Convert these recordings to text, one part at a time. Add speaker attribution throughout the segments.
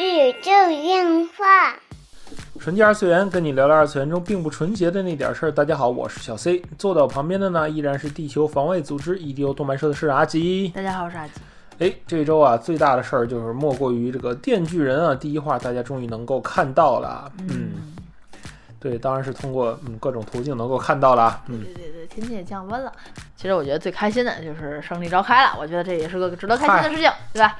Speaker 1: 宇宙电话。
Speaker 2: 纯洁二次元，跟你聊聊二次元中并不纯洁的那点事儿。大家好，我是小 C，坐到我旁边的呢依然是地球防卫组织 EDO 动漫社的社长阿吉。
Speaker 3: 大家好，我是阿吉。
Speaker 2: 哎，这周啊最大的事儿就是莫过于这个《电锯人》啊，第一话大家终于能够看到了。嗯，对，当然是通过嗯各种途径能够看到了。嗯，
Speaker 3: 对对对，天气也降温了。其实我觉得最开心的就是胜利召开了，我觉得这也是个值得开心的事情，对吧？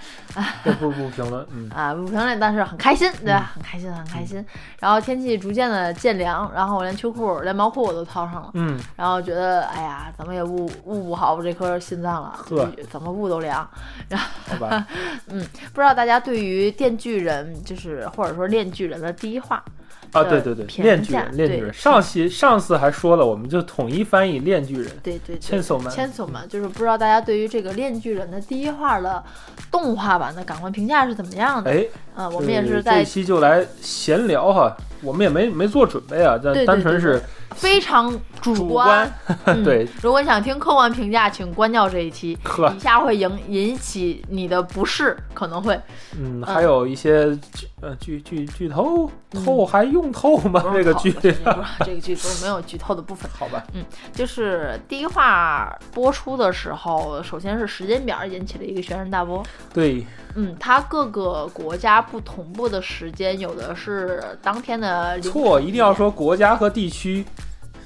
Speaker 2: 这不不评论，嗯，
Speaker 3: 啊，不评论，但是很开心，对吧？很开心，很开心。然后天气逐渐的渐凉，然后我连秋裤、连毛裤我都套上了，
Speaker 2: 嗯，
Speaker 3: 然后觉得哎呀，怎么也捂捂不好我这颗心脏了，
Speaker 2: 呵
Speaker 3: 就是怎么捂都凉。
Speaker 2: 好吧，
Speaker 3: 不知道大家对于《电锯人》就是或者说《链锯人》的第一话，
Speaker 2: 啊，对对对，
Speaker 3: 评
Speaker 2: 链锯
Speaker 3: 价
Speaker 2: 人，链锯
Speaker 3: 对
Speaker 2: 人，上期上次还说了，我们就统一翻译链锯人。
Speaker 3: 对对对，
Speaker 2: 千手漫
Speaker 3: 千手漫就是不知道大家对于这个《链锯人》的第一话的动画版的感官评价是怎么样的？
Speaker 2: 哎，
Speaker 3: 嗯，我们也
Speaker 2: 就是这一
Speaker 3: 在
Speaker 2: 期就来闲聊哈，我们也没没做准备啊，但
Speaker 3: 对
Speaker 2: 单纯是
Speaker 3: 非常主
Speaker 2: 主观，
Speaker 3: 嗯
Speaker 2: 对，
Speaker 3: 如果你想听客观评价，请关掉这一期，
Speaker 2: 呵
Speaker 3: 以下会引引起你的不适，可能会
Speaker 2: 嗯，还有一些剧呃剧剧剧透
Speaker 3: 嗯
Speaker 2: 透还用透吗？这个剧
Speaker 3: 不是不是 这个剧中没有剧透的部分。
Speaker 2: 好吧，
Speaker 3: 就是第一话播出的时候，首先是时间表引起了一个轩然大波。
Speaker 2: 对，
Speaker 3: 嗯，它各个国家不同步的时间，有的是当天的凌晨
Speaker 2: 错，一定要说国家和地区。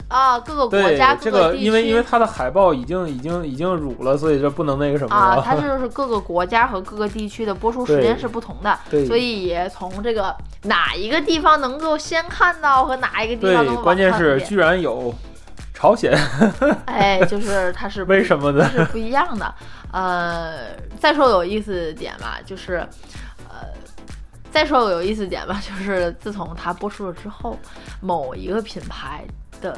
Speaker 3: 啊，各个国
Speaker 2: 对
Speaker 3: 家，
Speaker 2: 这
Speaker 3: 各
Speaker 2: 个
Speaker 3: 地区
Speaker 2: 因为因为它的海报已经已经已经乳了，所以这不能那个什么
Speaker 3: 啊，
Speaker 2: 了。
Speaker 3: 它就是各个国家和各个地区的播出时间是不同的，
Speaker 2: 对
Speaker 3: 所以也从这个哪一个地方能够先看到和哪一个地方能
Speaker 2: 对，
Speaker 3: 够
Speaker 2: 关键
Speaker 3: 晚看一
Speaker 2: 是
Speaker 3: 点
Speaker 2: 居然有朝鲜，
Speaker 3: 哎，就是它是
Speaker 2: 为什么呢？
Speaker 3: 是不一样的。呃，再说有意思的点吧，就是呃，再说有意思的点吧， 就是自从它播出了之后，某一个品牌的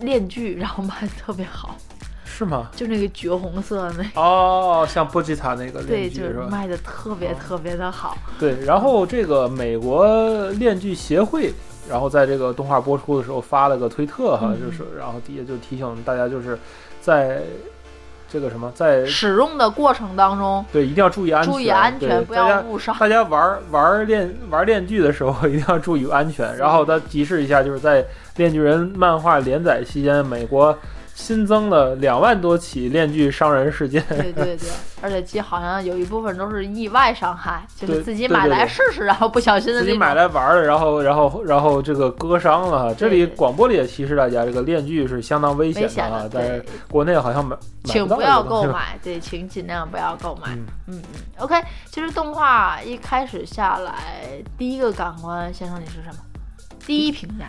Speaker 3: 链锯然后卖的特别好，
Speaker 2: 是吗？
Speaker 3: 就那个橘红色的那。
Speaker 2: 哦，像波吉塔那个
Speaker 3: 对，
Speaker 2: 链锯
Speaker 3: 就是
Speaker 2: 是吧？
Speaker 3: 卖的特别
Speaker 2: 哦
Speaker 3: 特别的好，
Speaker 2: 对，然后这个美国链锯协会，然后在这个动画播出的时候发了个推特哈，
Speaker 3: 嗯
Speaker 2: 就是然后底下就提醒大家，就是在这个什么，在
Speaker 3: 使用的过程当中
Speaker 2: 对一定要注意哎安全，
Speaker 3: 注意安
Speaker 2: 对
Speaker 3: 全，不
Speaker 2: 大家
Speaker 3: 要误伤。
Speaker 2: 大家玩玩链玩链锯的时候一定要注意安全。然后他提示一下，就是在《链锯人》漫画连载期间，美国新增了两万多起链锯伤人事件。
Speaker 3: 对对 对，而且鸡好像有一部分都是意外伤害，就是
Speaker 2: 对
Speaker 3: 自己
Speaker 2: 对
Speaker 3: 买
Speaker 2: 对
Speaker 3: 来
Speaker 2: 对
Speaker 3: 试试，然后不小心的
Speaker 2: 自
Speaker 3: 那
Speaker 2: 己
Speaker 3: 种。
Speaker 2: 买来玩儿了，然后然后然后这个割伤了哈。这里
Speaker 3: 对
Speaker 2: 广播里也提示大家，这个链锯是相当危
Speaker 3: 危
Speaker 2: 险
Speaker 3: 险
Speaker 2: 啊
Speaker 3: 的，，
Speaker 2: 但是
Speaker 3: 对，
Speaker 2: 国内好像买买
Speaker 3: 请
Speaker 2: 到
Speaker 3: 不要
Speaker 2: 这个东
Speaker 3: 购
Speaker 2: 西。
Speaker 3: 买，对，请尽量不要购买。
Speaker 2: 嗯
Speaker 3: 嗯嗯，OK，其实动画一开始下来，第一个感官，先生你是什么？第一评价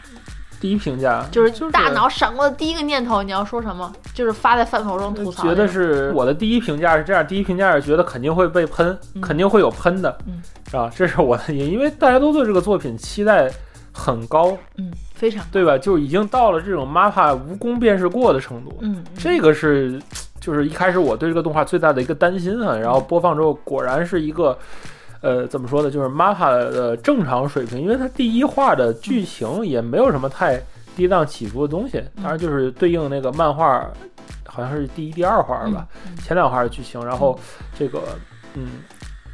Speaker 2: 第一评价
Speaker 3: 就是
Speaker 2: 嗯就是
Speaker 3: 大脑闪过的第一个念头，你要说什么？就是发在饭否中吐槽嗯那
Speaker 2: 觉
Speaker 3: 种。
Speaker 2: 得是我的第一评价是这样，第一评价是觉得肯定会被喷，
Speaker 3: 嗯
Speaker 2: 肯定会有喷的，
Speaker 3: 嗯
Speaker 2: 啊，这是我的，因为大家都对这个作品期待很高，
Speaker 3: 嗯，非常
Speaker 2: 对吧？就已经到了这种 MAPPA 无功便是过的程度，
Speaker 3: 嗯，嗯
Speaker 2: 这个是就是一开始我对这个动画最大的一个担心
Speaker 3: 嗯
Speaker 2: 啊，然后播放之后果然是一个。呃，怎么说呢？就是 MAPPA 的正常水平，因为它第一话的剧情也没有什么太跌宕起伏的东西，
Speaker 3: 嗯
Speaker 2: 当然就是对应那个漫画，好像是第一、第二话吧，
Speaker 3: 嗯嗯
Speaker 2: 前两话的剧情，然后这个，嗯，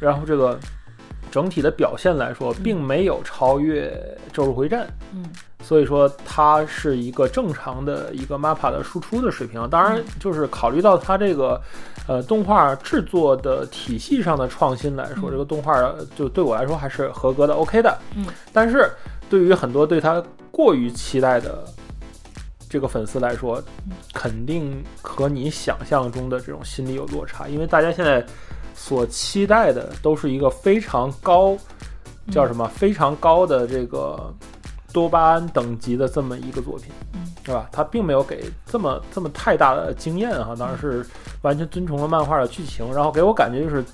Speaker 2: 然后这个整体的表现来说，并没有超越《咒术回战》，
Speaker 3: 嗯
Speaker 2: 所以说它是一个正常的一个 MAPPA 的输出的水平。当然
Speaker 3: 嗯，
Speaker 2: 就是考虑到它这个呃动画制作的体系上的创新来说，
Speaker 3: 嗯
Speaker 2: 这个动画就对我来说还是合格的、OK 的。
Speaker 3: 嗯，
Speaker 2: 但是对于很多对它过于期待的。这个粉丝来说
Speaker 3: 嗯，
Speaker 2: 肯定和你想象中的这种心理有落差，因为大家现在所期待的都是一个非常高
Speaker 3: 嗯
Speaker 2: 叫什么非常高的这个多巴胺等级的这么一个作品，
Speaker 3: 嗯
Speaker 2: 是吧？它并没有给这么这么太大的经验哈，当然是完全遵从了漫画的剧情，然后给我感觉就是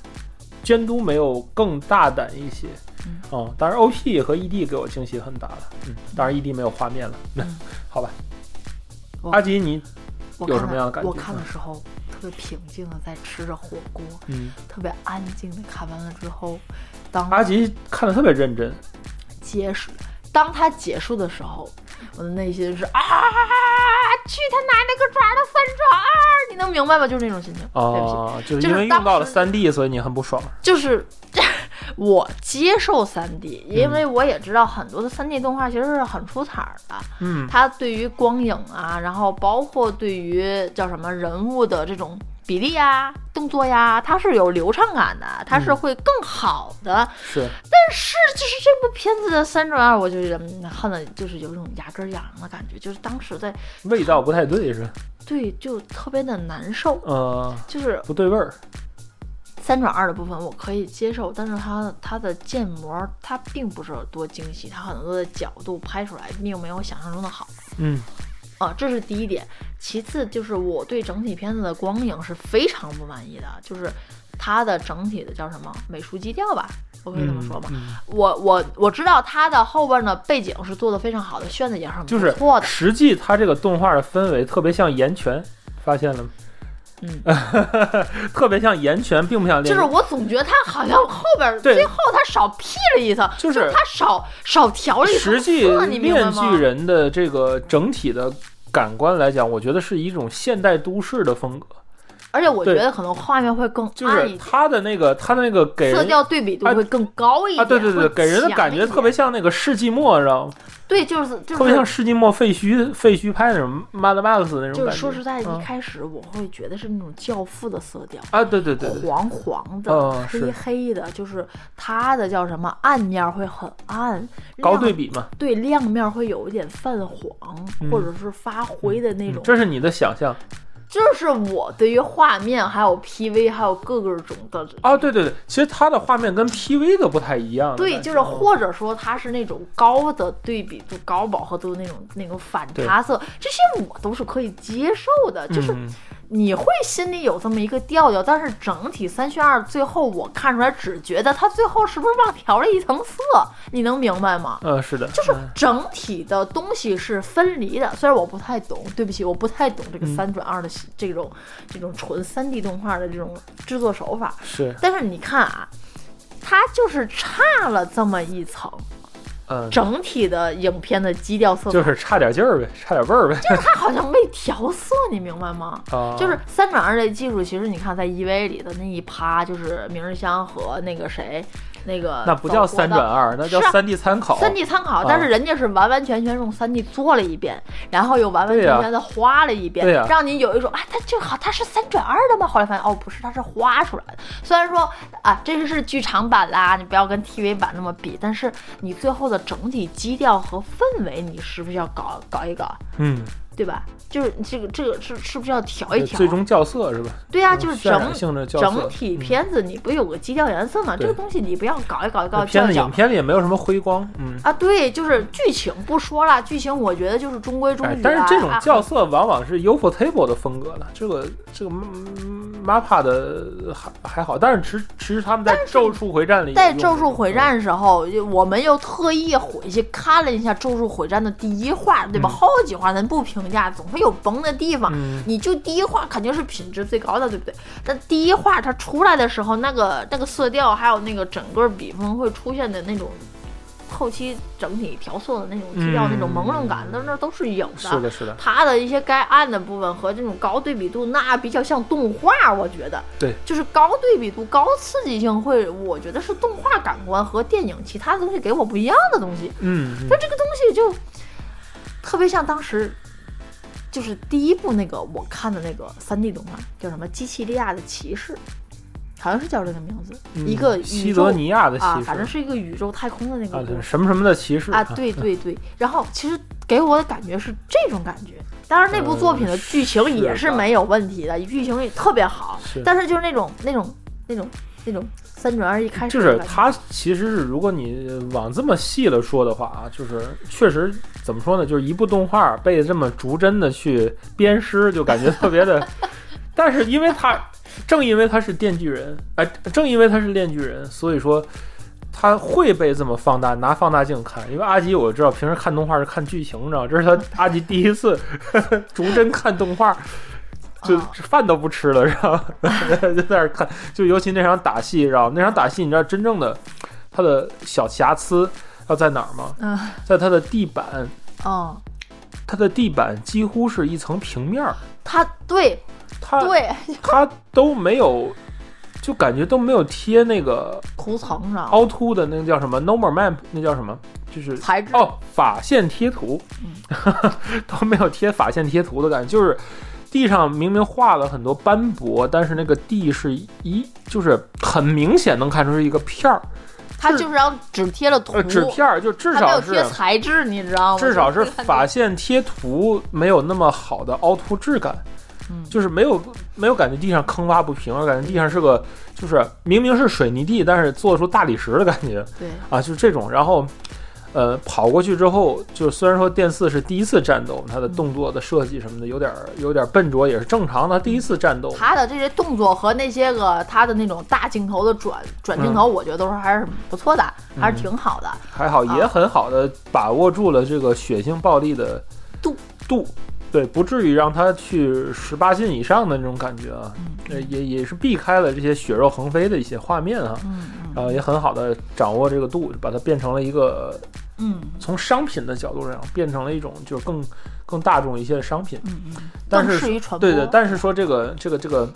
Speaker 2: 监督没有更大胆一些。
Speaker 3: 嗯
Speaker 2: 哦，当然 OP 和 ED 给我惊喜很大了，嗯，当然 ED 没有画面了，
Speaker 3: 嗯
Speaker 2: 好吧。
Speaker 3: 我
Speaker 2: 阿吉，你
Speaker 3: 我
Speaker 2: 有
Speaker 3: 看
Speaker 2: 什么
Speaker 3: 的
Speaker 2: 样的感
Speaker 3: 我
Speaker 2: 觉
Speaker 3: 看
Speaker 2: 嗯
Speaker 3: 的时候特别平静的在吃着火锅，
Speaker 2: 嗯，
Speaker 3: 特别安静的看完了之后，当
Speaker 2: 阿吉看的特别认真，
Speaker 3: 结束，当它结束的时候，我的内心是啊，去他奶奶个爪儿的三爪儿，你能
Speaker 2: 哦
Speaker 3: 明白吗？就是那种心情。对不起，
Speaker 2: 啊，就是
Speaker 3: 就是
Speaker 2: 因为
Speaker 3: 当
Speaker 2: 用到了
Speaker 3: 时
Speaker 2: 三 D，所以你很不爽。
Speaker 3: 就是 我接受三 D，因
Speaker 2: 嗯
Speaker 3: 为我也知道很多的三 D 动画其实是很出彩儿的，
Speaker 2: 嗯，
Speaker 3: 它对于光影啊，然后包括对于叫什么人物的这种比例啊、动作呀，它是有流畅感的，它是
Speaker 2: 嗯
Speaker 3: 会更好的。
Speaker 2: 是
Speaker 3: 但是就是这部片子的三转二，我就是嗯恨的，就是有一种牙根痒痒的感觉，就是当时在
Speaker 2: 味道不太对是吧，
Speaker 3: 对就特别的难受。
Speaker 2: 呃，
Speaker 3: 就是
Speaker 2: 不对味儿，
Speaker 3: 三转二的部分我可以接受，但是它它的建模它并不是多精细，它很多的角度拍出来并没有想象中的好。
Speaker 2: 嗯
Speaker 3: 啊，这是第一点。其次就是我对整体片子的光影是非常不满意的，就是它的整体的叫什么美术基调吧，我可以这么说吧。
Speaker 2: 嗯嗯
Speaker 3: 我我我知道它的后边呢背景是做的非常好的，炫的也是很
Speaker 2: 就
Speaker 3: 不
Speaker 2: 是
Speaker 3: 错的。
Speaker 2: 实际它这个动画的氛围特别像岩泉，发现了吗？
Speaker 3: 嗯，
Speaker 2: 特别像岩泉，并不像
Speaker 3: 就
Speaker 2: 炼
Speaker 3: 是
Speaker 2: 狱。
Speaker 3: 我总觉得它好像后边
Speaker 2: 对
Speaker 3: 最后它少 P 了一层，
Speaker 2: 就是
Speaker 3: 它少少调了一层
Speaker 2: 实际
Speaker 3: 色，你明白
Speaker 2: 面
Speaker 3: 吗？
Speaker 2: 具人的这个整体的感官来讲，我觉得是一种现代都市的风格，
Speaker 3: 啊而且我觉
Speaker 2: 对
Speaker 3: 得可能画面会更
Speaker 2: 就
Speaker 3: 暗
Speaker 2: 是
Speaker 3: 一点，
Speaker 2: 它的那个它的那个给
Speaker 3: 色
Speaker 2: 人
Speaker 3: 调对比度
Speaker 2: 啊
Speaker 3: 会更高一
Speaker 2: 啊，
Speaker 3: 点。
Speaker 2: 对对对，
Speaker 3: 会
Speaker 2: 给人的
Speaker 3: 强
Speaker 2: 感
Speaker 3: 一
Speaker 2: 觉
Speaker 3: 点
Speaker 2: 特别像那个世纪末，知道吗？
Speaker 3: 对，就是就是
Speaker 2: 特别像世纪末废墟废墟拍那种 Mad Max 那种感觉。
Speaker 3: 就是说实在，一
Speaker 2: 嗯
Speaker 3: 开始我会觉得是那种教父的色调，
Speaker 2: 啊，对对对对，
Speaker 3: 黄黄的、
Speaker 2: 嗯
Speaker 3: 黑
Speaker 2: 是
Speaker 3: 黑的，就是它的叫什么暗面会很暗，
Speaker 2: 高
Speaker 3: 亮
Speaker 2: 对比嘛，
Speaker 3: 对亮面会有一点泛黄，
Speaker 2: 嗯
Speaker 3: 或者是发灰的那
Speaker 2: 嗯
Speaker 3: 种。
Speaker 2: 这是你的想象
Speaker 3: 这是我对于画面还有 PV 还有各个种的
Speaker 2: 啊，对对对，其实它的画面跟 PV 的不太一样的感觉，
Speaker 3: 对，就是
Speaker 2: 嗯
Speaker 3: 或者说它是那种高的对比度、高饱和度那种那种反
Speaker 2: 对
Speaker 3: 差色，这些我都是可以接受的。就是
Speaker 2: 嗯
Speaker 3: 你会心里有这么一个调调，但是整体三选二最后我看出来，只觉得它最后是不是忘调了一层色？你能明白吗？
Speaker 2: 嗯，是的，
Speaker 3: 就是
Speaker 2: 嗯
Speaker 3: 整体的东西是分离的，虽然我不太懂，对不起，我不太懂这个
Speaker 2: 嗯
Speaker 3: 三转二的这种这种纯三 D 动画的这种制作手法，
Speaker 2: 是
Speaker 3: 但是你看啊，它就是差了这么一层，
Speaker 2: 嗯，
Speaker 3: 整体的影片的基调色彩，
Speaker 2: 就是差点劲儿呗，差点味儿呗，
Speaker 3: 它好像没调色，你明白吗？
Speaker 2: 啊，
Speaker 3: 就是三转二这技术，其实你看在 EVA 里的那一趴，就是明日香和那个谁，那个
Speaker 2: 那不叫
Speaker 3: 走过
Speaker 2: 三
Speaker 3: 的
Speaker 2: 转二，那叫
Speaker 3: 是啊
Speaker 2: 三 D 参考，
Speaker 3: 三 D 参考，但
Speaker 2: 啊
Speaker 3: 是人家是完完全全用三 D 做了一遍，然后又完完全全的花了一遍，
Speaker 2: 对呀
Speaker 3: 让你有一种啊，它就好，它是三转二的吗？后来发现哦，不是，它是花出来的。虽然说啊，这是剧场版啦，你不要跟 TV 版那么比，但是你最后的整体基调和氛围，你是不是要搞搞一搞，
Speaker 2: 嗯，
Speaker 3: 对吧？就是你这个这个是是不是要调一
Speaker 2: 对
Speaker 3: 调？
Speaker 2: 最终校色是吧？
Speaker 3: 对呀、就是
Speaker 2: 渲染
Speaker 3: 整
Speaker 2: 性的校色，
Speaker 3: 整体
Speaker 2: 嗯
Speaker 3: 片子你不有个基调颜色吗？这
Speaker 2: 对
Speaker 3: 个东西你不要搞一搞一搞
Speaker 2: 那片
Speaker 3: 一较
Speaker 2: 子
Speaker 3: 一较
Speaker 2: 影片里也没有什么辉光，嗯。
Speaker 3: 啊，对，就是剧情不说了，剧情我觉得就是中规中矩、
Speaker 2: 哎
Speaker 3: 啊，
Speaker 2: 但是这种
Speaker 3: 啊
Speaker 2: 校色往往是 UFO Table 的风格了，这个这个嗯 MAPPA 的还还好，但是其实其实他们在《咒术回战》里也
Speaker 3: 在《
Speaker 2: 用
Speaker 3: 咒
Speaker 2: 这
Speaker 3: 术
Speaker 2: 种
Speaker 3: 回
Speaker 2: 嗯
Speaker 3: 战》的时候，就我们又特意回去看了一下《咒术回战》的第一话，对吧？
Speaker 2: 嗯
Speaker 3: 后几话咱不评价，总会有崩的地方。
Speaker 2: 嗯
Speaker 3: 你就第一话肯定是品质最高的，对不对？那第一话它出来的时候，那个那个色调，还有那个整个笔锋会出现的那种后期整体调色的那种基调、那种
Speaker 2: 嗯
Speaker 3: 朦胧感，那那都是有
Speaker 2: 是的，是的，
Speaker 3: 它的一些该暗的部分和这种高对比度，那比较像动画，我觉得
Speaker 2: 对，
Speaker 3: 就是高对比度、高刺激性会，我觉得是动画感官和电影其他的东西给我不一样的东西。
Speaker 2: 嗯，嗯
Speaker 3: 但这个东西就特别像当时就是第一部那个我看的那个三 D 动画，叫什么《基奇利亚的骑士》，好像是叫这个名字，
Speaker 2: 嗯
Speaker 3: 一个
Speaker 2: 西
Speaker 3: 宇宙
Speaker 2: 德尼亚的骑士
Speaker 3: 啊，反正是一个宇宙太空的那个
Speaker 2: 啊
Speaker 3: 故
Speaker 2: 对
Speaker 3: 事。
Speaker 2: 什么什么的骑士
Speaker 3: 啊，对对对。然后其实给我的感觉是这种感觉。当然，那部作品的
Speaker 2: 嗯
Speaker 3: 剧情也
Speaker 2: 是
Speaker 3: 是
Speaker 2: 吧
Speaker 3: 没有问题的，剧情也特别好。
Speaker 2: 是
Speaker 3: 但是就是那种那种那种那种三转二一开始
Speaker 2: 就
Speaker 3: 的
Speaker 2: 是
Speaker 3: 感觉
Speaker 2: 它其实是，如果你往这么细了说的话啊，就是确实怎么说呢，就是一部动画被这么逐帧的去鞭尸，就感觉特别的。 但是因为它，正因为它是电锯人，哎、正因为它是电锯人，所以说它会被这么放大，拿放大镜看。因为阿吉我知道平时看动画是看剧情，你知道，这是他阿吉第一次逐帧看动 画。就
Speaker 3: 啊
Speaker 2: 饭都不吃了，然后就在那儿看，就尤其那场打戏，然后那场打戏，你知道真正的它的小瑕疵要在哪儿吗？
Speaker 3: 嗯
Speaker 2: 在它的地板，
Speaker 3: 嗯，
Speaker 2: 它的地板几乎是一层平面儿，
Speaker 3: 他对
Speaker 2: 它
Speaker 3: 对
Speaker 2: 它都没有，就感觉都没有贴那个
Speaker 3: 涂层上
Speaker 2: 凹凸的那个叫什么 normal map，那叫什么？就是
Speaker 3: 材质
Speaker 2: 哦，法线贴图， 都没有贴法线贴图的感觉，就是地上明明画了很多斑驳，但是那个地是一就是很明显能看出是一个片儿，
Speaker 3: 它就是让只贴了图，
Speaker 2: 呃，纸片儿，就至
Speaker 3: 它没
Speaker 2: 少
Speaker 3: 有
Speaker 2: 是
Speaker 3: 贴材质，你知道吗？
Speaker 2: 至少是
Speaker 3: 就是
Speaker 2: 法线贴图没有那么好的凹凸质感，
Speaker 3: 嗯
Speaker 2: 就是没有没有感觉地上坑洼不平，而感觉地上是个就是明明是水泥地，但是做出大理石的感觉
Speaker 3: 对，
Speaker 2: 啊，就是这种。然后，呃，跑过去之后，就虽然说电四是第一次战斗，它的动作的设计什么的有点儿有点儿笨拙，也是正常的。它第一次战斗，
Speaker 3: 它的这些动作和那些个它的那种大镜头的转转镜头，
Speaker 2: 嗯
Speaker 3: 我觉得都是还是不错的，还是挺好的。
Speaker 2: 还好，
Speaker 3: 啊
Speaker 2: 也很好的把握住了这个血腥暴力的
Speaker 3: 度
Speaker 2: 度，对，不至于让他去十八禁以上的那种感觉啊，
Speaker 3: 嗯
Speaker 2: 呃也也是避开了这些血肉横飞的一些画面啊，
Speaker 3: 嗯嗯
Speaker 2: 呃，也很好的掌握这个度，把它变成了一个
Speaker 3: 嗯
Speaker 2: 从商品的角度上变成了一种就是更更大众一些的商品，
Speaker 3: 嗯嗯，
Speaker 2: 但
Speaker 3: 更
Speaker 2: 是
Speaker 3: 适于传播。
Speaker 2: 对对，但是说这个这个这个，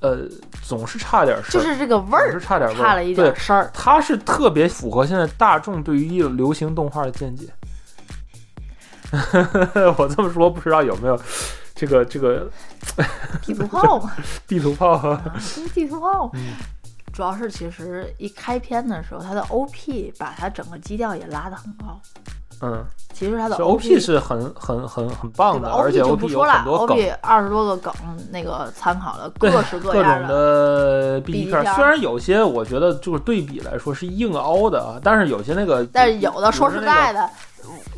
Speaker 2: 呃，总是差点事
Speaker 3: 就
Speaker 2: 儿，
Speaker 3: 是这个味儿
Speaker 2: 总是差点味儿，
Speaker 3: 差了一
Speaker 2: 对
Speaker 3: 点，事儿。
Speaker 2: 它是特别符合现在大众对于流行动画的见解。 我这么说不知道有没有这个这个
Speaker 3: 地图 炮嘛，
Speaker 2: 地图炮啊？
Speaker 3: 就是地图炮嘛
Speaker 2: 嗯。
Speaker 3: 主要是其实一开篇的时候，它的 OP 把它整个基调也拉得很高。
Speaker 2: 嗯，
Speaker 3: 其实它的
Speaker 2: 这 OP 是很很很很
Speaker 3: 对
Speaker 2: 棒
Speaker 3: 吧
Speaker 2: 的，
Speaker 3: ？OP
Speaker 2: 而且
Speaker 3: 就
Speaker 2: OP
Speaker 3: 不
Speaker 2: 有
Speaker 3: 说了
Speaker 2: 很多梗，
Speaker 3: ，OP 二十多个梗，那个参考了
Speaker 2: 对
Speaker 3: 各式
Speaker 2: 各
Speaker 3: 样
Speaker 2: 种的 B 级
Speaker 3: 片儿
Speaker 2: 虽然有些我觉得就是对比来说是硬凹的啊，但是有些那个，
Speaker 3: 但是有的说实在
Speaker 2: 的，
Speaker 3: 的，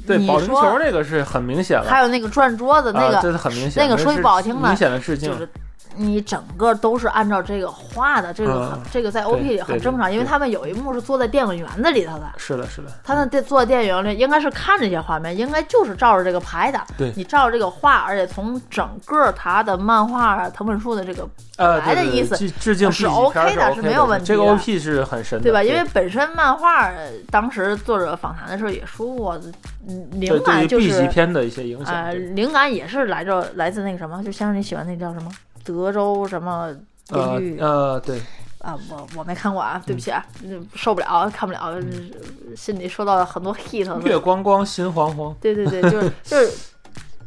Speaker 2: 对
Speaker 3: 你
Speaker 2: 保龄球
Speaker 3: 说
Speaker 2: 那个是很明显了，
Speaker 3: 还有那个转桌子那
Speaker 2: 啊，这
Speaker 3: 个，
Speaker 2: 是很明显，
Speaker 3: 那个说句
Speaker 2: 是
Speaker 3: 不好听的
Speaker 2: 明显的致敬
Speaker 3: 就，是你整个都是按照这个画的，这个
Speaker 2: 嗯
Speaker 3: 很这个在 OP 里很正常，
Speaker 2: 对
Speaker 3: 因为他们有一幕是坐在电影院子里头的。
Speaker 2: 是的，是的，
Speaker 3: 他那坐在电影院里，应该是看这些画面，应该就是照着这个排的。
Speaker 2: 对
Speaker 3: 你照着这个画，而且从整个他的漫画啊、藤本树的这个，
Speaker 2: 呃，
Speaker 3: 来的
Speaker 2: 对对
Speaker 3: 意思
Speaker 2: 致致敬 B
Speaker 3: 是
Speaker 2: 级片儿
Speaker 3: OK 的
Speaker 2: 是
Speaker 3: 是没有问题
Speaker 2: 这个
Speaker 3: 的
Speaker 2: OP 是很神的，
Speaker 3: 对吧？因为本身漫画呃当时作者访谈的时候也说过，嗯灵感
Speaker 2: 对对
Speaker 3: 就
Speaker 2: 于 B 级
Speaker 3: 是
Speaker 2: 片的一些影响，
Speaker 3: 呃，
Speaker 2: 对
Speaker 3: 灵感也是来着来自那个什么，就像你喜欢那叫什么德州什么
Speaker 2: 呃
Speaker 3: 监狱、
Speaker 2: 呃对，
Speaker 3: 啊，我我没看过啊，对不起啊，嗯受不了，看不了，嗯心里受到了很多 hit 的
Speaker 2: 月光光心慌慌，
Speaker 3: 对对对，就是就是。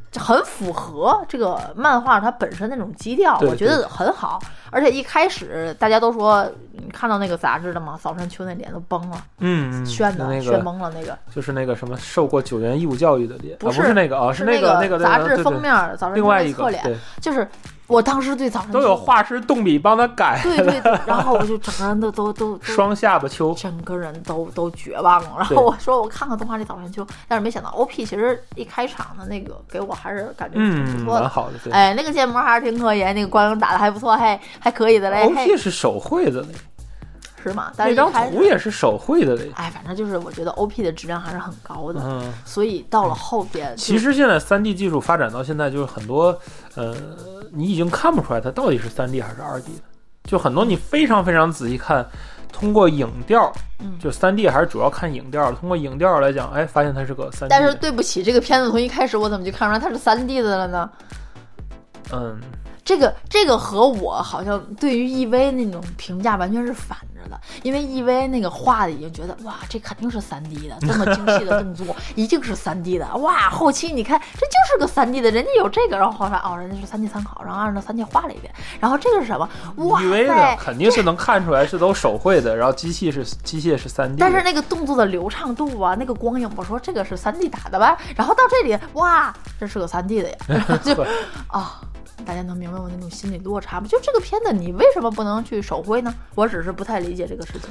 Speaker 3: 就很符合这个漫画它本身那种基调，
Speaker 2: 对
Speaker 3: 我觉得很好。而且一开始大家都说，你看到那个杂志了吗？扫山秋那脸都崩了，
Speaker 2: 嗯，嗯
Speaker 3: 炫的、
Speaker 2: 那
Speaker 3: 炫
Speaker 2: 个
Speaker 3: 懵了那个，
Speaker 2: 就是那个什么受过九年义务教育的脸，啊
Speaker 3: 不
Speaker 2: 不
Speaker 3: 是
Speaker 2: 是那个啊，是
Speaker 3: 那
Speaker 2: 个那个
Speaker 3: 杂
Speaker 2: 对对对
Speaker 3: 志封面儿，早上
Speaker 2: 另外一
Speaker 3: 侧
Speaker 2: 个
Speaker 3: 脸，
Speaker 2: 对，
Speaker 3: 就是我当时对早上
Speaker 2: 都有画师动笔帮他改，
Speaker 3: 对对对，然后我就整个人都都都 都
Speaker 2: 双下巴丘，
Speaker 3: 整个人都都绝望了。然
Speaker 2: 对
Speaker 3: 后我说我看看动画里早上秋，但是没想到 OP 其实一开场的那个给我还是感觉挺不
Speaker 2: 嗯，
Speaker 3: 错
Speaker 2: 蛮
Speaker 3: 的。
Speaker 2: 好的，对。
Speaker 3: 哎，那个建模还是挺可以，那个光影打的还不错，嘿，还可以的嘞，哎嘿
Speaker 2: OP，是手绘的嘞，
Speaker 3: 是吗？但
Speaker 2: 那
Speaker 3: 是
Speaker 2: 张
Speaker 3: 一开始
Speaker 2: 图，也是手绘的嘞。
Speaker 3: 哎，反正就是我觉得 OP 的质量还是很高的，
Speaker 2: 嗯，
Speaker 3: 所以到了后边就，
Speaker 2: 其实现在3 D 技术发展到现在，就是很多呃，你已经看不出来它到底是3 D 还是2 D 的，就很多你非常非常仔细看，通过影调，
Speaker 3: 嗯
Speaker 2: 就3 D 还是主要看影调的，通过影调来讲，哎，发现它是个3 D。
Speaker 3: 但是对不起，这个片子从一开始我怎么就看出来它是三 D 的了呢？
Speaker 2: 嗯，
Speaker 3: 这个这个和我好像对于 EV 那种评价完全是反着的，因为 EV 那个画的已经觉得哇，这肯定是3 D 的，这么精细的动作 一定是3 D 的，哇，后期你看这就是个3 D 的，人家有这个，然后后来哦，人家是3 D 参考，然后按照3 D 画了一遍，然后这 E 个是什么？哇
Speaker 2: 以为呢
Speaker 3: 塞！
Speaker 2: 肯定是能看出来是都手绘的，然后机器是机械是3 D，
Speaker 3: 但是那个动作的流畅度啊，那个光影，我说这个是3 D 打的吧？然后到这里，哇，这是个3 D 的呀， 然后就
Speaker 2: 对
Speaker 3: 啊、大家能明白我那种心理落差吗？就这个片子，你为什么不能去手绘呢？我只是不太理解这个事情。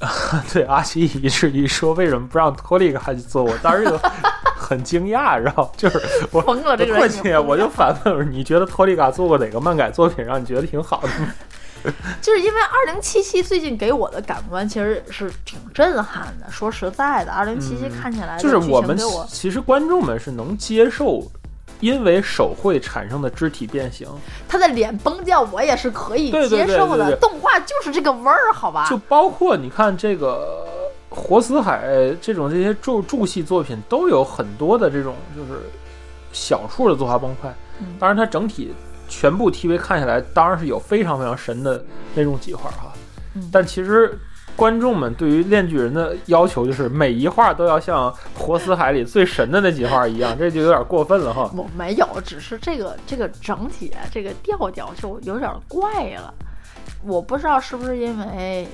Speaker 2: 对阿奇以至于说为什么不让托利克还去做，我当时就 很惊讶，然后就是我
Speaker 3: 疯了这个人
Speaker 2: 过
Speaker 3: 已经疯
Speaker 2: 去
Speaker 3: 了
Speaker 2: 我就反问我说：“你觉得托利卡做过哪个漫改作品让你觉得挺好的吗
Speaker 3: 就是因为二零七七最近给我的感官其实是挺震撼的。说实在的，二零七七看起来？”
Speaker 2: 嗯
Speaker 3: 的
Speaker 2: 就是
Speaker 3: 啊剧
Speaker 2: 我
Speaker 3: 情
Speaker 2: 们
Speaker 3: 给我
Speaker 2: 其实观众们是能接受，因为手绘产生的肢体变形，
Speaker 3: 他的脸崩掉，我也是可以
Speaker 2: 对对
Speaker 3: 接
Speaker 2: 对
Speaker 3: 受的。
Speaker 2: 对对对
Speaker 3: 动画就是这个味儿，好吧？
Speaker 2: 就包括你看这个《活死海》这种这些助助戏作品，都有很多的这种就是小处的作画崩坏
Speaker 3: 嗯。
Speaker 2: 当然，它整体全部 TV 看下来，当然是有非常非常神的那种几画哈
Speaker 3: 嗯，
Speaker 2: 但其实。观众们对于《炼巨人》的要求就是每一画都要像《活死海》里最神的那几画一样，这就有点过分了哈。
Speaker 3: 我没有，只是这个这个整体啊这个调调就有点怪了。我不知道是不是因为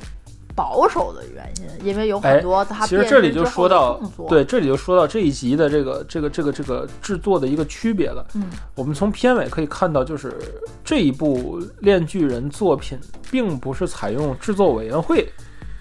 Speaker 3: 保守的原因，因为有
Speaker 2: 哎
Speaker 3: 很多他
Speaker 2: 其实
Speaker 3: 变
Speaker 2: 这里
Speaker 3: 身
Speaker 2: 就
Speaker 3: 之
Speaker 2: 说
Speaker 3: 后的
Speaker 2: 到
Speaker 3: 动作，
Speaker 2: 对，这里就说到这一集的这个这个这个这个制作的一个区别了。
Speaker 3: 嗯
Speaker 2: 我们从片尾可以看到，就是这一部《炼巨人》作品并不是采用制作委员会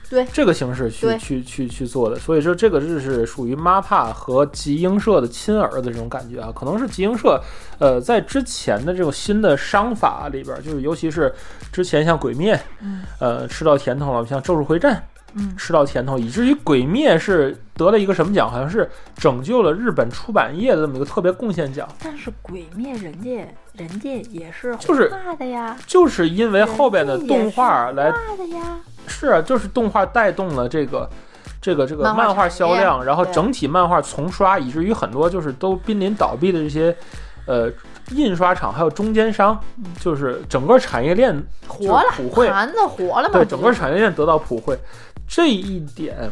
Speaker 3: 对
Speaker 2: 这个形式去
Speaker 3: 对
Speaker 2: 去去去做的，所以说这个就是属于 MAPA 和集英社的亲儿子这种感觉啊，可能是集英社，呃，在之前的这种新的商法里边儿，就是尤其是之前像《鬼灭》，
Speaker 3: 嗯
Speaker 2: 呃，吃到甜头了，像《咒术回战》，
Speaker 3: 嗯
Speaker 2: 吃到甜头，以至于《鬼灭》是得了一个什么奖？好像是拯救了日本出版业的这么一个特别贡献奖。
Speaker 3: 但是鬼灭人家人家也是
Speaker 2: 就是
Speaker 3: 画的呀，
Speaker 2: 就是因为后边的动画来，
Speaker 3: 画的呀，
Speaker 2: 是啊，就是动画带动了这个。这个这个
Speaker 3: 漫画
Speaker 2: 漫画
Speaker 3: 产
Speaker 2: 销
Speaker 3: 业
Speaker 2: 量，然后
Speaker 3: 对
Speaker 2: 整体漫画重刷，以至于很多就是都濒临倒闭的这些，呃，印刷厂还有中间商
Speaker 3: 嗯，
Speaker 2: 就是整个产业链
Speaker 3: 活了
Speaker 2: 普惠，
Speaker 3: 盘子活了嘛，
Speaker 2: 对
Speaker 3: 这
Speaker 2: 整
Speaker 3: 就
Speaker 2: 个
Speaker 3: 是
Speaker 2: 产业链得到普惠，这一点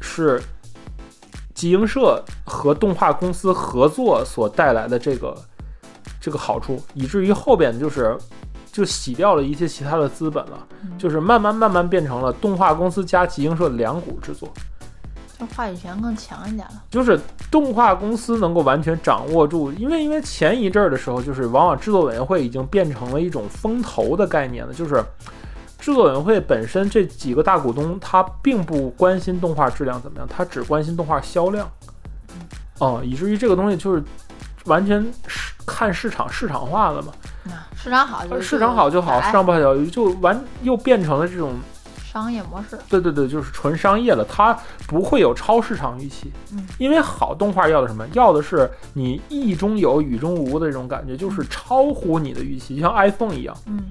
Speaker 2: 是集英社和动画公司合作所带来的这个这个好处，以至于后边就是就洗掉了一些其他的资本了，
Speaker 3: 嗯
Speaker 2: 就是慢慢慢慢变成了动画公司加集英社两股制作。
Speaker 3: 就话语权更强一点了，
Speaker 2: 就是动画公司能够完全掌握住，因为因为前一阵儿的时候，就是往往制作委员会已经变成了一种风投的概念了，就是制作委员会本身这几个大股东他并不关心动画质量怎么样，他只关心动画销量，
Speaker 3: 嗯
Speaker 2: 哦、以至于这个东西就是完全是看市场市场化了嘛，
Speaker 3: 啊市场好就是
Speaker 2: 市场好就好，
Speaker 3: 来
Speaker 2: 市场不好就就完又变成了这种
Speaker 3: 商业模式，
Speaker 2: 对对对，就是纯商业了，它不会有超市场预期。
Speaker 3: 嗯
Speaker 2: 因为好动画要的什么？要的是你意中有、雨中无的这种感觉，就是超乎你的预期，就像 iPhone 一样，
Speaker 3: 嗯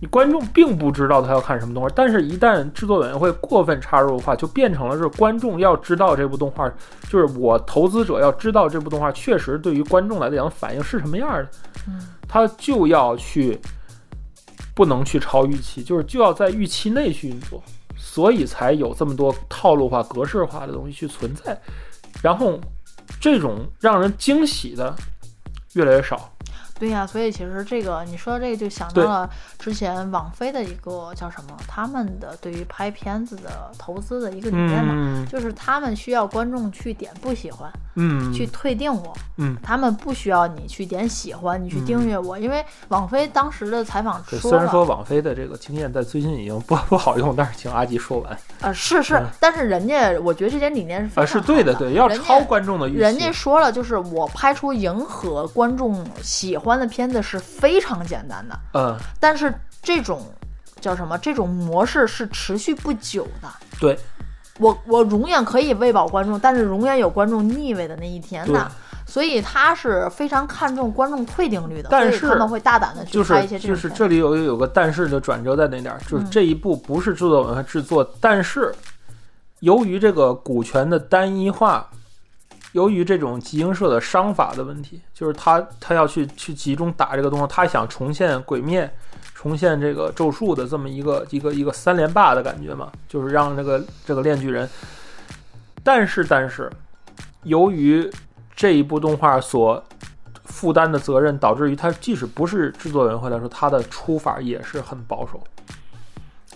Speaker 2: 你观众并不知道他要看什么动画，但是一旦制作委员会过分插入的话，就变成了是观众要知道这部动画，就是我投资者要知道这部动画确实对于观众来讲反应是什么样的。
Speaker 3: 嗯
Speaker 2: 他就要去，不能去超预期，就是就要在预期内去运作，所以才有这么多套路化、格式化的东西去存在。然后，这种让人惊喜的越来越少。
Speaker 3: 对呀、所以其实这个你说到这个就想到
Speaker 2: 对
Speaker 3: 了之前网飞的一个叫什么，他们的对于拍片子的投资的一个理念嘛，
Speaker 2: 嗯
Speaker 3: 就是他们需要观众去点不喜欢，
Speaker 2: 嗯
Speaker 3: 去退订我，
Speaker 2: 嗯，
Speaker 3: 他们不需要你去点喜欢，你去
Speaker 2: 嗯
Speaker 3: 订阅我，因为网飞当时的采访
Speaker 2: 对，
Speaker 3: 说
Speaker 2: 虽然
Speaker 3: 了，
Speaker 2: 说网飞的这个经验在最近已经不不好用，但是请阿吉说完
Speaker 3: 呃是是，
Speaker 2: 嗯
Speaker 3: 但是人家我觉得这点理念是非常
Speaker 2: 啊，是对的，
Speaker 3: 好
Speaker 2: 对，要
Speaker 3: 人家
Speaker 2: 超观众的预期。
Speaker 3: 人家说了，就是我拍出迎合观众喜欢的片子是非常简单的，
Speaker 2: 嗯，
Speaker 3: 但是这种叫什么？这种模式是持续不久的。
Speaker 2: 对，
Speaker 3: 我我永远可以喂饱观众，但是永远有观众腻味的那一天
Speaker 2: 对
Speaker 3: 的。所以他是非常看重观众退订率的，
Speaker 2: 但
Speaker 3: 所以
Speaker 2: 是
Speaker 3: 他们会大胆的去
Speaker 2: 就
Speaker 3: 拍
Speaker 2: 是
Speaker 3: 一些这
Speaker 2: 就
Speaker 3: 种
Speaker 2: 是
Speaker 3: 片
Speaker 2: 这里有有个但是的转折在那点儿，就是
Speaker 3: 嗯
Speaker 2: 这一步不是制作委员会制作，但是由于这个股权的单一化，由于这种集英社的商法的问题，就是他他要去去集中打这个东西，他想重现《鬼灭》。重现这个咒术的这么一个一个一个三连霸的感觉嘛，就是让这个这个炼巨人。但是但是，由于这一部动画所负担的责任，导致于它即使不是制作委员会来说，它的出法也是很保守。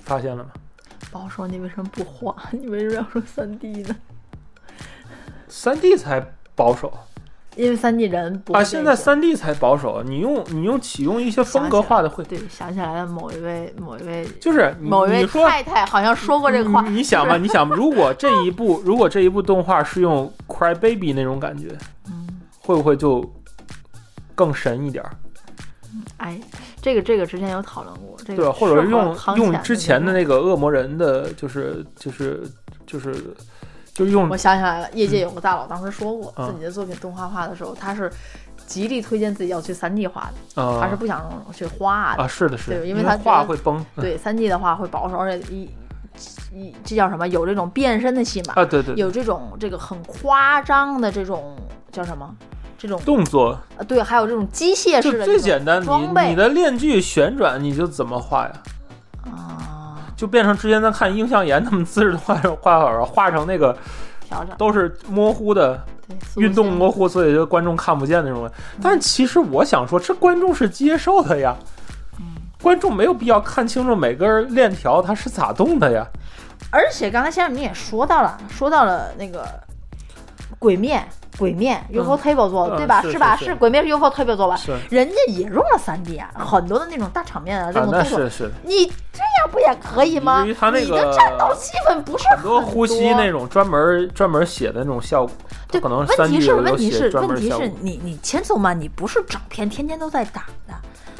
Speaker 2: 发现了吗？
Speaker 3: 保守，你为什么不画？你为什么要说三 D 呢？
Speaker 2: 三 D 才保守
Speaker 3: 因为三 D 人不
Speaker 2: 啊！
Speaker 3: 会
Speaker 2: 现
Speaker 3: 这
Speaker 2: 在
Speaker 3: 些
Speaker 2: 三 D 才保守，你用你用启用一些风格化的会，
Speaker 3: 对想起来了某一位某一位
Speaker 2: 就是你
Speaker 3: 某一位
Speaker 2: 你说
Speaker 3: 太太好像说过这个话
Speaker 2: 你，你想吧，你想吧，如果这一部 如果这一部动画是用 Cry Baby 那种感觉，
Speaker 3: 嗯，
Speaker 2: 会不会就更神一点儿？
Speaker 3: 哎，这个这个之前有讨论过，这个
Speaker 2: 对吧？或者是用
Speaker 3: 嗯康啊
Speaker 2: 用
Speaker 3: 显
Speaker 2: 之前的那个恶魔人的，就是就是就是就是用
Speaker 3: 我想起来了，业界有个大佬当时说过，
Speaker 2: 嗯
Speaker 3: 自己的作品动画化的时候，他是极力推荐自己要去三 D 画的，
Speaker 2: 啊
Speaker 3: 他是不想去画的。
Speaker 2: 啊，是的，是的，
Speaker 3: 对
Speaker 2: 因
Speaker 3: 因为他觉
Speaker 2: 画
Speaker 3: 得
Speaker 2: 会崩，嗯
Speaker 3: 对三 D 的话会保守，而且一一这叫什么？有这
Speaker 2: 呃
Speaker 3: 种变身的戏码，
Speaker 2: 啊，对对，
Speaker 3: 有这种这个很夸张的这种叫什么？这种
Speaker 2: 动作
Speaker 3: 呃对，还有这种机械
Speaker 2: 就
Speaker 3: 式的
Speaker 2: 最
Speaker 3: 这种
Speaker 2: 简单，
Speaker 3: 装备
Speaker 2: 你你的链锯旋转你就怎么画呀？
Speaker 3: 啊，
Speaker 2: 就变成之前咱看英向岩他们姿势画画法儿，画成那个
Speaker 3: 调整
Speaker 2: 都是模糊的，
Speaker 3: 对速度
Speaker 2: 运动
Speaker 3: 线
Speaker 2: 模糊，所以就观众看不见那种。但是其实我想说，这观众是接受的呀，
Speaker 3: 嗯
Speaker 2: 观众没有必要看清楚每根链条它是咋动的呀。
Speaker 3: 而且刚才先生你也说到了，说到了那个鬼面。鬼面 UFO table 做
Speaker 2: 嗯
Speaker 3: 的、对吧？
Speaker 2: 是是
Speaker 3: 吧？
Speaker 2: 是
Speaker 3: 是鬼面是 UFO table 做吧？
Speaker 2: 是
Speaker 3: 人家也用了三 D 啊，很多的那种大场面啊，这
Speaker 2: 啊
Speaker 3: 种，
Speaker 2: 那
Speaker 3: 动作，
Speaker 2: 是是，
Speaker 3: 你这样不也可以吗？
Speaker 2: 以至于他那个
Speaker 3: 你的战斗气氛不是
Speaker 2: 很多呼吸那种专门专门写的那种效果，它
Speaker 3: 对，
Speaker 2: 可能
Speaker 3: 问
Speaker 2: 三
Speaker 3: 题
Speaker 2: D
Speaker 3: 是
Speaker 2: 有
Speaker 3: 问题
Speaker 2: 写
Speaker 3: 是
Speaker 2: 专
Speaker 3: 问
Speaker 2: 门
Speaker 3: 题
Speaker 2: 效果
Speaker 3: 是。你你千颂嘛，你不是整天天天都在打的，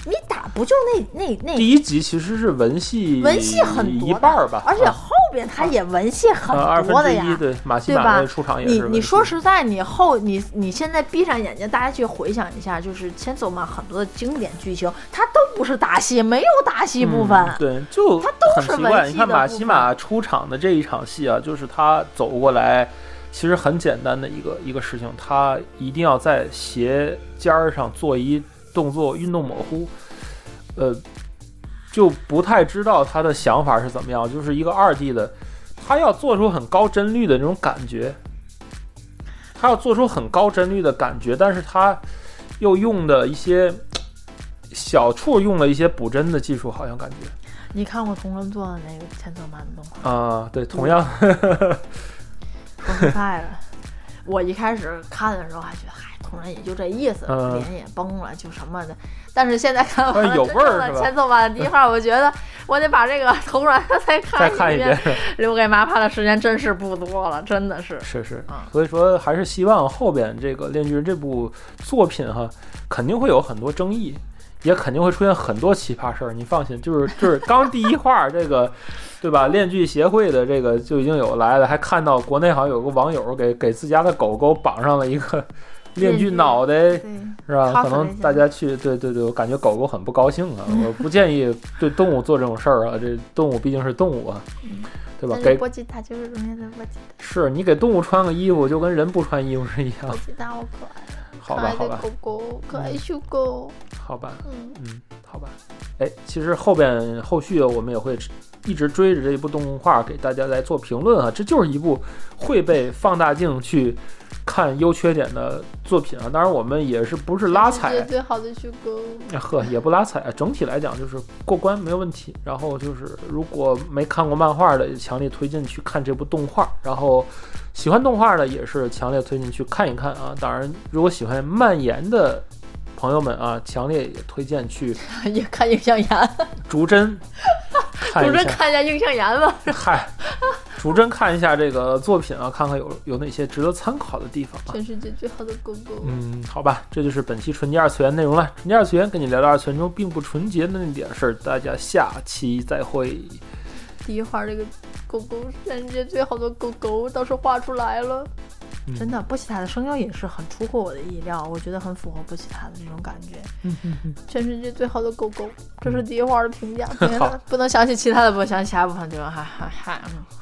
Speaker 3: 你打不就那那 那
Speaker 2: 第一集其实是文戏
Speaker 3: 文戏很多
Speaker 2: 一
Speaker 3: 的
Speaker 2: 半儿吧，
Speaker 3: 而且
Speaker 2: 啊
Speaker 3: 后边他也文戏很
Speaker 2: 啊二
Speaker 3: 多
Speaker 2: 分
Speaker 3: 的
Speaker 2: 之
Speaker 3: 呀
Speaker 2: 一，对马戏
Speaker 3: 对
Speaker 2: 马
Speaker 3: 吧
Speaker 2: 的出场也是
Speaker 3: 你
Speaker 2: 文戏
Speaker 3: 你说实在，你后你你现在闭上眼睛，大家去回想一下，就是千颂嘛很多的经典剧情，它都不是打戏，没有打戏部分。
Speaker 2: 嗯对，就
Speaker 3: 它都
Speaker 2: 很
Speaker 3: 是
Speaker 2: 奇
Speaker 3: 文
Speaker 2: 怪。
Speaker 3: 戏
Speaker 2: 你看
Speaker 3: 的
Speaker 2: 马
Speaker 3: 部
Speaker 2: 西
Speaker 3: 分
Speaker 2: 马出场的这一场戏啊，就是他走过来，其实很简单的一个一个事情，他一定要在鞋尖儿上做一动作运动模糊，呃，就不太知道他的想法是怎么样，就是一个二 D 的，他要做出很高帧率的那种感觉，他要做出很高帧率的感觉，但是他又用的一些。小处用了一些补帧的技术，好像感觉，
Speaker 3: 你看过同人做的那个千颂嘛的动画？
Speaker 2: 啊，对，同样，
Speaker 3: 说实在的，我一开始看的时候还觉得，嗨，同人也就这意思，
Speaker 2: 嗯
Speaker 3: 脸也崩了，就什么的。但是现在看完
Speaker 2: 哎
Speaker 3: 了
Speaker 2: 有
Speaker 3: 真
Speaker 2: 味儿
Speaker 3: 正
Speaker 2: 是
Speaker 3: 的
Speaker 2: 吧
Speaker 3: 千颂版的第一话，我觉得我得把这个同人
Speaker 2: 再
Speaker 3: 再看
Speaker 2: 看一遍
Speaker 3: 遍，，留给麻烦的时间真是不多了，真的是。
Speaker 2: 是是
Speaker 3: 啊，
Speaker 2: 所以说还是希望后边这个《恋巨人》这部作品哈，肯定会有很多争议，也肯定会出现很多奇葩事儿。你放心，就是 就是刚第一话这个，对吧？恋剧协会的这个就已经有来了，还看到国内好像有个网友给给自家的狗狗绑上了一 个恋剧
Speaker 3: 链锯
Speaker 2: 脑袋，
Speaker 3: 对，
Speaker 2: 是吧？可
Speaker 3: 敲死
Speaker 2: 能
Speaker 3: 人家
Speaker 2: 大家去，对对对，我感觉狗狗很不高兴啊。我不建议对动物做这种事儿啊，这动物毕竟是动物啊，对吧？给
Speaker 3: 波吉塔就是中间的波吉
Speaker 2: 是你给动物穿个衣服，就跟人不穿衣服是一
Speaker 3: 塔，波
Speaker 2: 样。
Speaker 3: 吉塔好可爱，
Speaker 2: 啊好吧，好吧，嗯
Speaker 3: 狗，可
Speaker 2: 爱
Speaker 3: 小狗，
Speaker 2: 好吧，
Speaker 3: 嗯，
Speaker 2: 嗯，好吧。哎，其实后边后续我们也会一直追着这一部动画给大家来做评论啊。这就是一部会被放大镜去看优缺点的作品啊。当然，我们也是不是拉踩，啊
Speaker 3: 最好的小狗。
Speaker 2: 呵，也不拉踩，啊整体来讲就是过关没有问题。然后就是如果没看过漫画的，也强烈推荐去看这部动画。然后喜欢动画的也是强烈推荐去看一看啊。当然，如果喜欢蔓延的朋友们啊，强烈也推荐去
Speaker 3: 也 看映像岩，
Speaker 2: 逐帧看
Speaker 3: 主
Speaker 2: 一
Speaker 3: 任
Speaker 2: 下。
Speaker 3: 看一下映像岩吧。
Speaker 2: 嗨，逐帧看一下这个作品啊，看看有有哪些值得参考的地方啊。
Speaker 3: 全世界最好的狗狗。
Speaker 2: 嗯，好吧，这就是本期纯洁二次元内容了。纯洁二次元跟你聊聊二次元中并不纯洁的那点事儿，大家下期再会。
Speaker 3: 第一画这个狗狗，全世界最好的狗狗倒是画出来了。
Speaker 2: 嗯
Speaker 3: 真的，波奇塔的声优也是很出乎我的意料，我觉得很符合波奇塔的这种感觉。全世界最好的狗 狗，这是第一画的评价，不能
Speaker 2: 嗯好
Speaker 3: 不能想起其他的部分，想起其他部分就哈哈哈。嗯